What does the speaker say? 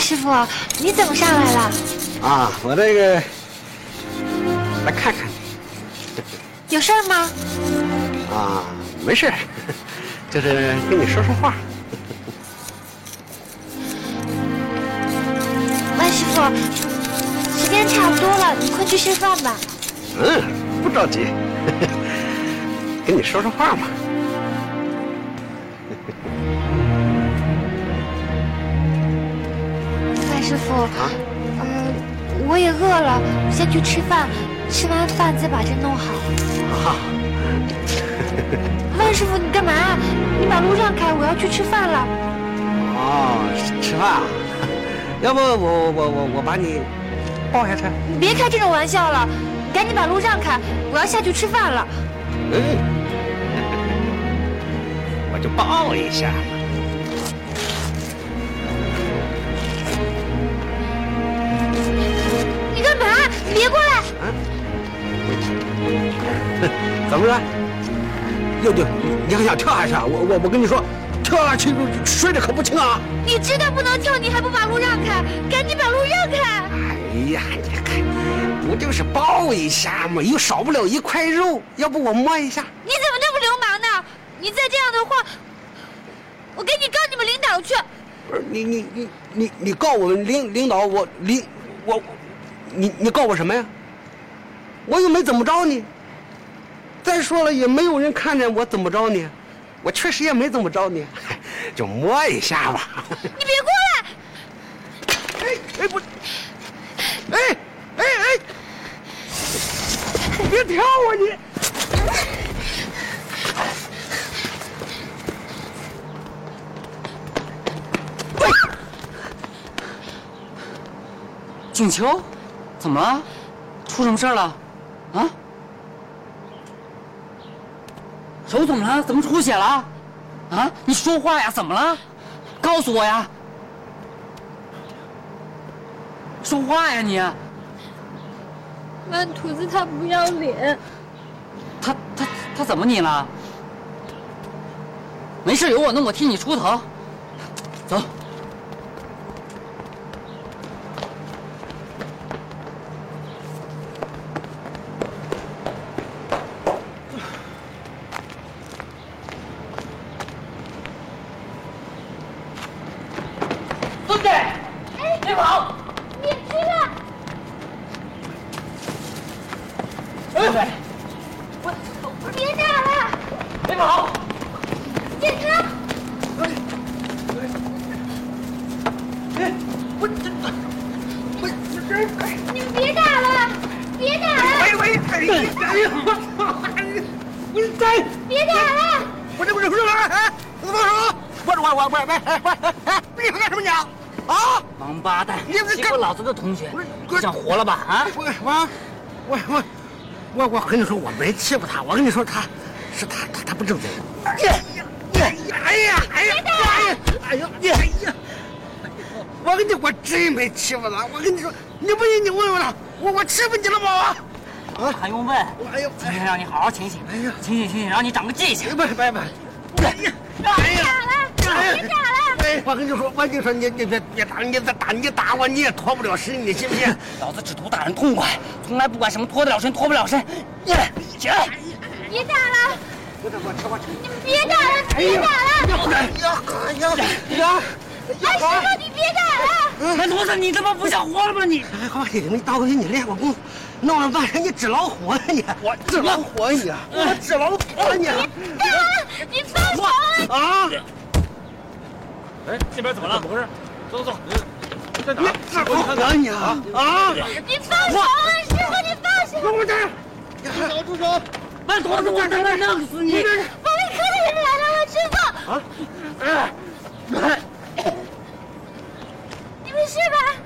师傅，你怎么上来了？啊，我这个来看看你有事儿吗？啊，没事儿， 就是跟你说说话。万师傅，时间差不多了，你快去吃饭吧。嗯，不着急， 跟你说说话嘛。万师傅，啊嗯，我也饿了，先去吃饭，吃完饭再把这弄好。啊，万师傅，你干嘛？啊你把路让开，我要去吃饭了。哦，吃饭啊？要不我我我我把你抱下去？你别开这种玩笑了，赶紧把路让开，我要下去吃饭了。嗯， 我就抱一下嘛。你干嘛？你别过来！怎么了？又就你还想跳下去啊？我我我跟你说，跳下去摔着可不轻啊！你知道不能跳，你还不把路让开？赶紧把路让开！哎呀，你看，不就是抱一下吗？又少不了一块肉，要不我摸一下？你怎么那么流氓呢？你再这样的话，我给你告你们领导去！不是你你你你你告我们领领导我领我，你你告我什么呀？我又没怎么着你。再说了，也没有人看见我怎么着你，我确实也没怎么着你， 就摸一下吧。你别过来！哎哎不，哎哎哎，你别跳啊你！景秋，怎么了？出什么事儿了？啊？手怎么了？怎么出血了？啊？你说话呀？怎么了？告诉我呀！说话呀你！万兔子他不要脸，他他他怎么你了？没事，有我呢，我替你出头。走。蹲队，别跑！你吃了，蹲队，别打了，别跑！警察！我这我这哎。你们别打了，别打了，哎呦哎呦哎呦哎呦！我操！哎呦我这别打了！我这我这我这哎！放手！我我我我哎哎哎！你们干什么你啊？啊！王八蛋！你们欺干负老子的同学不是，你想活了吧？啊！我我我我我我跟你说，我没欺负他，我跟你说，他是他他他不正经。哎呀哎呀哎呀哎呀哎呀！我跟你，我真没欺负他。我跟你说，你不信你问问他，我我欺负你了吗？还用问？我哎呦今哎天让你好好清醒，哎呀清醒清醒，让你长个记性。不不不！哎呀哎呀！别打了，哎，我跟你说，我跟你说，你你别别打，你再打你打我，你也脱不了身，你信不信？老子只图打人痛快，从来不管什么脱得了身脱不了身。起来！别打了，我我吃我吃。你们别打了，别打了！哎呀呀呀！哎，师傅，你别打了！门徒子，你他妈不想活了吗？你哎，好，你你大哥，你练过功，弄了半天你纸老虎啊你！我纸老虎啊你！我纸老虎啊你！啊你放手！啊！哎，那边怎么了？怎么回事？走走走，在哪你纸老虎啊你啊！啊！你放手啊，师傅，你放手！我这，门徒子，我他妈弄死你！保卫科的人来了，师傅，哎，你没事吧？